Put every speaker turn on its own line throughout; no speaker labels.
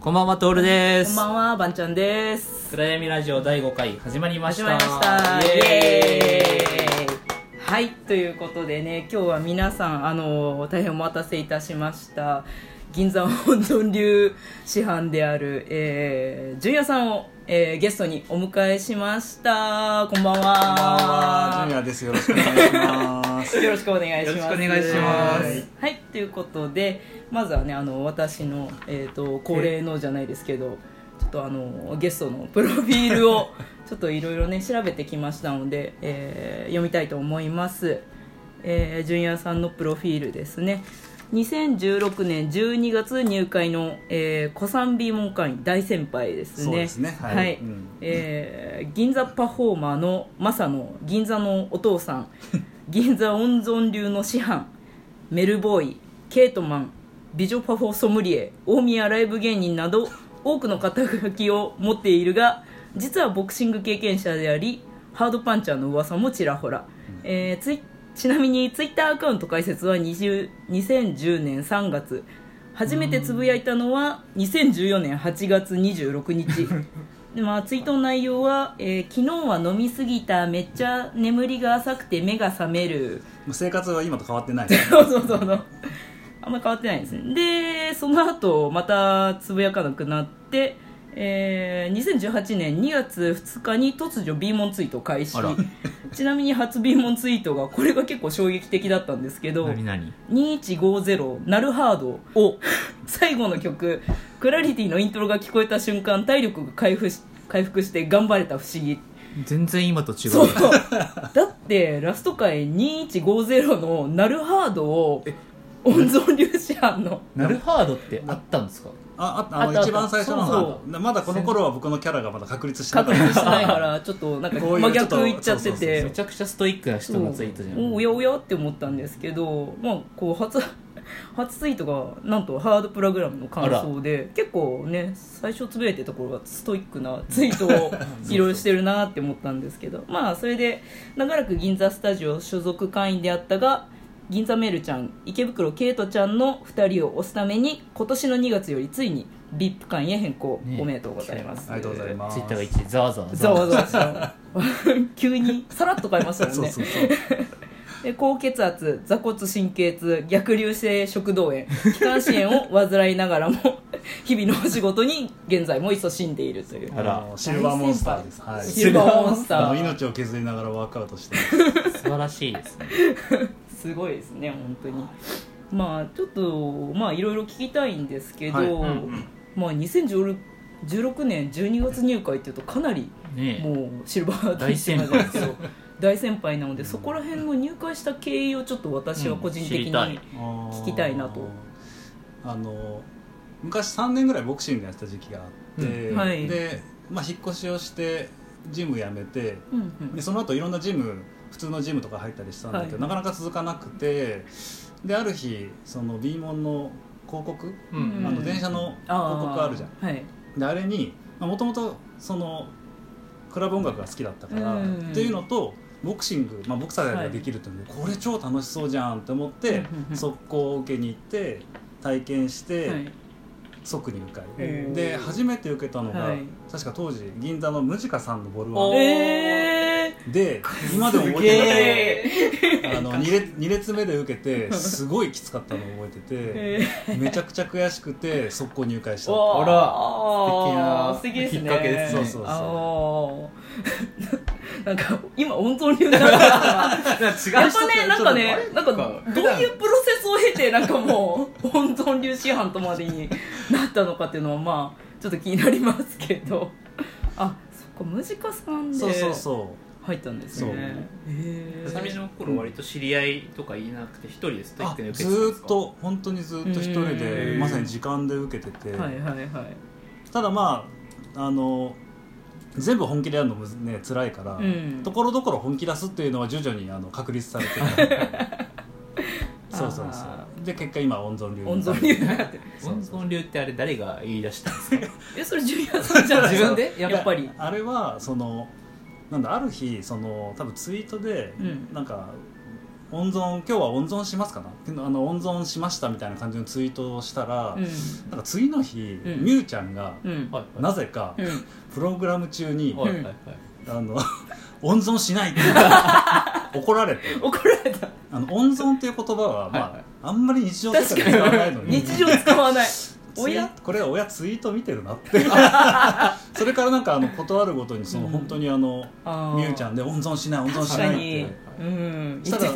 こんばんは、トールで
こ
す
んば。んは、ばんちゃんです。
暗闇ラジオ第5回始まりまし
始
た。
まりました。
イエーイ
イはい、ということでね、今日は皆さん、あのー大変お待たせいたしました。銀座本尊流師範である、えー、純也さんを、えーゲストにお迎えしました。こんばん
こんばんは、
は
ジュ。ニアです。よろしくお願いし ます。
よろしくお願いしま
よ
す。
ろしくお願いします。
はい、ということで、まずはね、あの、私の、えっ、と、恒例のじゃないですけど。ちょっと、あの、ゲストのプロフィー ルを、ちょっといろいろね、調べてきましたので、えー読みたいと思います。えー、ジュニアさんのプロフィールですね。2016年12月入会の、えー、小三美門会員大先輩ですね。
そうですね
は、
はいいうん
えー銀座パフォーマーのマサの銀座のお父 さん銀座温存流の師範メルボーイケイトマン美女パフォーソムリエ大宮ライブ芸人など多くの肩書きを持っているが実はボクシング経験者でありハードパンチャーの噂もちらほら、えーツイちなみにツイッターアカウント開設は20 2010年3月初めてつぶやいたのは2014年8月26日で、まあ、ツイートの内容は、えー昨日は飲みすぎためっちゃ眠りが浅くて目が覚める」
もう生活は今と変わってないですね。
そうそうそうそうあんま変わってないですねでその後またつぶやかなくなって、えー2018年2月2日に突如 B モンツイートを開始
あら
ちなみに初 B モンツイートがこれが結構衝撃的だったんですけど
何何
2150ナルハードを最後の曲クラリティのイントロが聞こえた瞬間体力が回復し回復して頑張れた不思議
全然今と違う。
そうだってラスト回2150のナルハードを温存粒子班の
ナルハードってあったんですか
あ、ああ
あと
の一番最初の
そう
方まだこの頃は僕のキャラがまだ確立してな
確
かった
認してないからちょっとなんか
こういう
真逆いっちゃって
ちょっとそうそう
て
そ
めちゃくちゃストイックな人のツイートじゃ
うん
ん。
おやおやって思ったんですけど、まあ、こう初 初ツイートがなんとハードプログラムの感想で結構ね最初つぶやいてたところがストイックなツイ ートをいろいろしてるなって思ったんですけどまあそれで長らく銀座スタジオ所属会員であったが銀座メルちゃん池袋ケイトちゃんの2人を推すために今年の2月よりついに VIP 会員へ変更、
ね
おめでとうございます
ありがとうございます。
ツイッターが一時ざわざわ
ざわざわした 急にさらっと変えましたもん
そう
ね
そうそう。
で高血圧座骨神経痛逆流性食道炎気管支炎を患いながらも 日々のお仕事に現在も勤しんでいるという
あら
あのシルバーモンスターです。はい。
シルバーモンスタ
あの
ー
命を削りながらワークアウトして。
素晴らしいですね。
すごいですね本当にまあちょっとまあいろいろ聞きたいんですけど、
はいうん
うん
まあ2016年12月入会っていうとかなり
ね
もうシルバー
大先輩
ですよ大先輩なのでそこら辺の入会した経緯をちょっと私は個人
うん知
的
り
に、
たい
聞
きたいなと
あの昔3年ぐらいボクシングやってた時期があって、
うんはい
で、まあ、引っ越しをしてジム辞めて
うんうん
でその後いろんなジム普通のジムとか入ったりしたんだけど、
はい
なかなか続かなくてである日その B モンの広告、
え。
うん
あの電車の広告あるじゃん
んはい
であれにもともとそのクラブ音楽が好きだったから、
うん
っていうのとボクシング、まあ、ボクサーができるっていうので、これ超楽しそうじゃんって思って、
うんうんうん
速攻を受けに行って体験して、
はい
即に受か
へー
るで初めて受けたのが、
はい
確か当時銀座のムジカさんのボル
お
ワ
ー
え
ンで今でも覚
すげ
えて
ー
る
え
あの 2, 列2列目で受けてすごいきつかったのを覚え
え
ててめちゃくちゃ悔しくて速攻入会した
あら
あー
素
素
敵な
敵ですね
きっかけです
ねそうそうそう
あー なんか今温 存流だったから
違う人
やっぱねなんかねなんかどういう
う
プロセスを経てなんかもう温存流師範とまでになったのかっていうのはまあちょっと気になりますけどあそっかムジカさんで
そうそうそ
入ったんですねへー
初めの頃割と知り合いとかいなくて一人です
う
と言っ
あ
て受け
ず
てたんですか
ーっと本当にずーっと一人
う
で
ん
まさに時間で受けてて、
はいはいはい
ただまああの全部本気でやるのもね辛いから、
うん
ところどころ本気出すっていうのは徐々にあの確立されてるそうそうそ
あ
うで結果今温存流
温存流だって
そうそう
温存流ってあれ誰が言い出したんですか
えそれジュニアさんじゃない
自分で
やっぱり
あれはそのなんだある日その多分ツイートで、
うん
なんか温存今日は温存しますかなっていうのあの温存しましたみたいな感じのツイートをしたら、
う
なんか次の日、
うん
みゆちゃんが、
んうん
はい
なぜか、
うん
プログラム中に、
はいはいはい
あの温存し ないって怒られて
怒られた
あの温存っていう言葉は、まあ
はいはい
あんまり日常生活
確
で
か
使わないの
に
に
日常使わ ない
親
親
これは親ツイート見てるなってそれからなんかあの断るごとにその
うん
本当にあの、
あー
みゆちゃんで温存しない温存し
確
な
か
いっ
に
て
うん
したら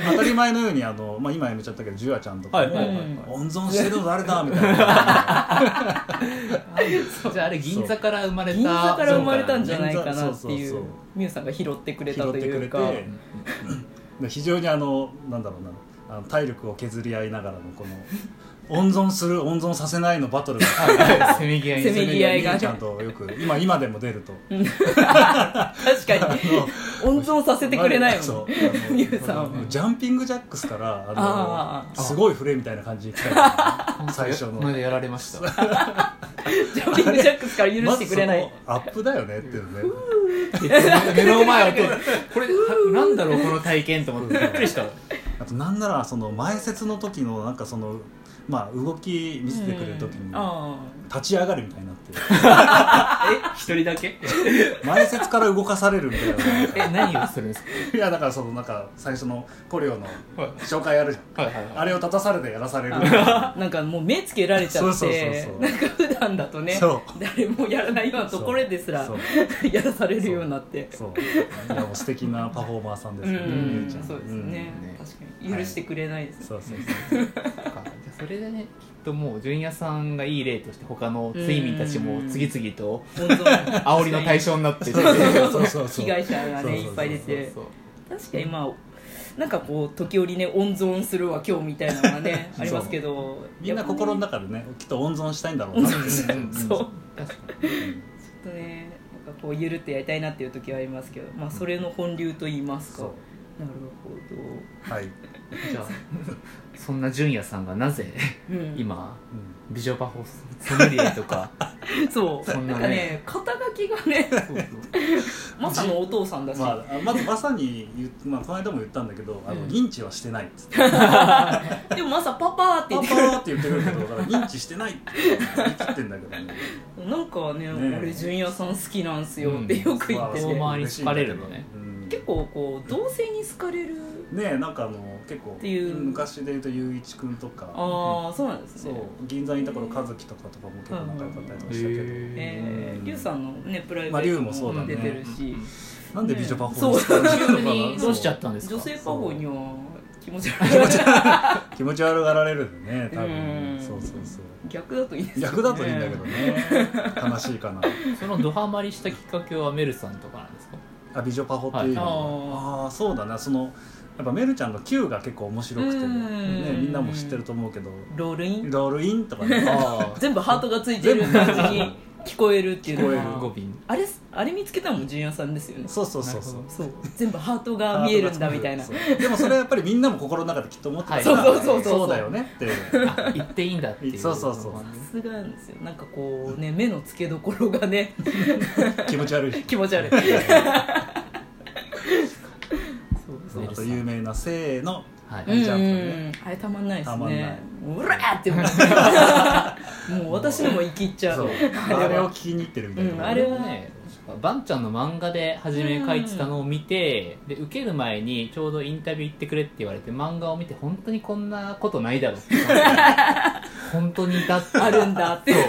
当たり前のようにあの、まあ、今やめちゃったけどジュアちゃんとかも、
はいはい
はい
温存してるの誰だみたいな
じゃああれ銀座から生まれた
銀座から生まれたんじゃないかなってい
そううか
みゆさんが拾ってくれた
拾
と
ってく
い
れ
うか
てで非常にあのなんだろうなあの体力を削り合いながらのこの温存する温存させないのバトルが
せめぎ合い
せめぎ合いが
みゆちゃんとよく今今でも出ると
確かに温存させてくれないも
そ
ん
うあの
みゆさんは
ジャンピングジャックスからあの
あー
すごいフレみたいな感じに来たり最初の
まだやられました
ジャンピングジャックス から許
ま
してく
ずその
れない
アップだよねっていうね
目の前を通る
これはなんだろうこの体験と思ってびっくりした
あとなんならその前説の時のなんかそのまあ動き見せてくれる時
うん
に
あ
立ち上がるみたいになって
え一人だけ
前説から動かされるみたいな
え 何をするんですか
いやだからそのなんか最初のポリオの
はい
紹介あるじゃん、
はいはいはい
あれを立たされてやらされる
あなんかもう目つけられちゃ
そう
っ
そうそう
て
そう
なんか普段だとね
そう
誰もやらないようなところですら
そう
やらされるようになって
そういやもう素敵なパフォーマーさんですよね、みゆちゃん
そうです
う
ね
んね
確かに許してくれないですね
そうそうそう
そっかじゃあそれでねきっともう純也さんがいい例として他の睡眠たちも次々と
温存
煽りの対象になってて
そうそうそう
被害者が
そうそ
ね
うそう
いっぱい出て
そう
確かにまあなんかこう時折ね温存するわ今日みたいなのがね
そう
ありますけど
みんな心の中でねきっと温存したいんだろう
温
な
存し
うんうん
てそう
確か
ちょっとねなんかこうゆるってやりたいなっていう時はありますけどまあそれの本流と言いますか
そ
な
う
るほ
はい、うん
にじゃあそんな純也さんがなぜ
ど、うん、
今美女パフォーマンスソムリエとか
そう
そん
な
なんね
かね肩書きがねマサのお父さんだし、
まあ、あまずまさに言う、まあ、この間も言ったんだけどあの
うん
認知はしてないっつ って
でもマサパパーって
パ
言
パ
って
ーって言ってくるけどだから認知してないって言い切ってんだけどね
なんかね
ねえ
俺純也さん好きなんすよってよく言ってて、
うん周りに好かれるのね
うん
結構こう同性に好かれる
ねなんかあの結構
ていう
昔で言うと雄一君とか
ああそうなんです
そ
ね
う銀座にいた頃和樹とかとかも結構仲良かったりとかしたけど、
えー、リュウさんのねプライベ
まあリュウも
ー
そ
ト
うだ
も
ね
出てるし、
なんで美女パフォーマン ス
そう
急にどうしちゃったんですか
女性パフォーには気持ち悪い
気持ち悪がられるんでね多
う
分
ん
そうそうそう
逆だといいですよね
逆だといいんだけ どね悲しいかな
そのドハマりしたきっかけはメルさんとかなんですか
あ美女パフォっていうの
は
ああーそうだなそのやっぱメルちゃんの Q が結構面白くて、
うん
ね、みんなも知ってると思うけど
ロールイン
ロールインと かね
あ
全部ハートがついてる感じに聞こえるっていうの
聞
あ
こ
語
は
尾に
あれあれ見つけたのも純也さんですよね
そうそうそうそう
そう全部ハートが見えるんだみたいな
そうでもそれはやっぱりみんなも心の中できっと思ってた
はい
そうそうそうそう
そうだよねっていう
言っていいんだっていう
そうそうそう
さすがなんですよなんかこうね目の付けどころがね
気持ち悪い
気持ち悪いそう
そうあと有名な「せーの
はい、
うん
ジャンプね
あれたまんないです
たまんない
ねうらーってもう 私のも生きっ」ちゃ
そうう
は
あれを聞きに行ってるみたいなと
うん
ころ、
あ
あ
れ
れ
は
はねばんちゃんの漫画で初め書いてたのを見て、で受ける前にちょうどインタビュー行ってくれって言われて漫画を見て本当にこんなことないだろうって 本当にいたって
あるんだって
そう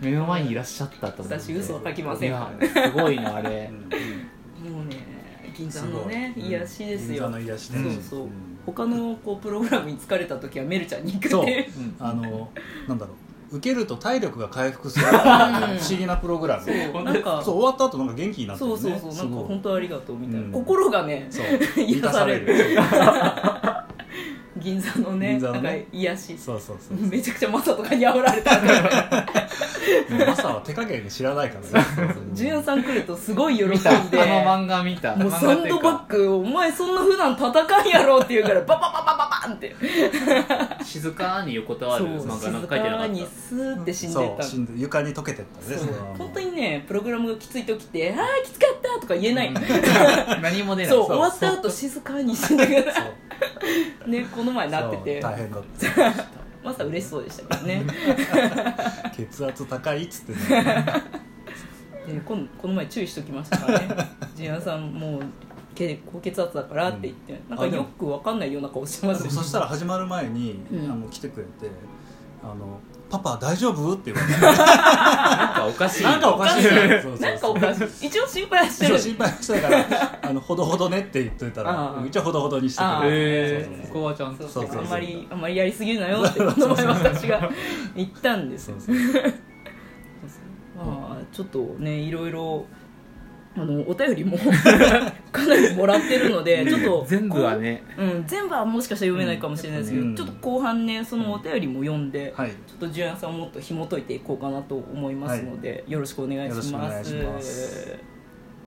目の前にいらっしゃったと思って
私嘘を書きませんからね
いやすごいなあれ
うん
もうね銀座のね
すごい
癒やしです
銀座
よ
の癒し
そ
で
うそう、
ん
他のこうプログラムに疲れた時はメルちゃんに行く
そう
ね
あのなんだろう受けると体力が回復 する不思議なプログラム
そうなんか
そう終わった後なんか元気になってる
そ
ね
うそうそうなんか本当ありがとうみたいな、
うん
心がね
そう
癒
満た
さ
さ
れる
れる
銀座のね
銀座のね
なんか癒やし
そうそうそう
めちゃくちゃマサとかに煽られた
マサは手加減知らな いからね
ジュンヤさん来るとすごい喜んで
見たあの漫画見た
もうサンドバッグお前そんな普段叩かんやろって言うからババババババンって
静かに横たわ
そ
る
う
漫画なん
静
か書いてなか
か
っ
にスーって死んで
そ
た
う死んで床に溶けてったね
そう
それはもう
本当にねプログラムがきつい時って「あーきつかった」とか言えない、
何も出ない
そう
そ
終わった後静かにしてたから
そう
ねこの前なってて
そう大変だって
マサ嬉しそうでしたけどね
血圧高いっつって ね
でこんこの前注意しときましたからねジンアさんもうけ高血圧だからって言って、なんか
あでも
よくわかんないような顔してま
でも
す
そしたら始まる前に、
うん
あの来てくれて「あのパパ大丈夫?」って言われて
なんかおかしい
なんかおかしいなそうそうそう
なんかおかしい一応心配は して
一
る
応心配したから「あのほどほどね」って言っといたら
ああ
一応ほどほどにしてくれ
えーそ
てそうそうそう
こはちゃん
そ
と
う
そうそうそう
あんまりあんまりやりすぎるなよってこの前私が言ったんです
そ
よ
うそう
まあちょっとねいろいろあのお便りも かなりもらってるのでちょっと
全部はね
うん、全部はもしかしたら読めないかもしれないですけど、
うん
ちょっと後半ねそのお便りも読んで、
はい
ちょっと純也さんをもっと紐解いていこうかなと思いますので、よろしくお願いします
よろしくお願いします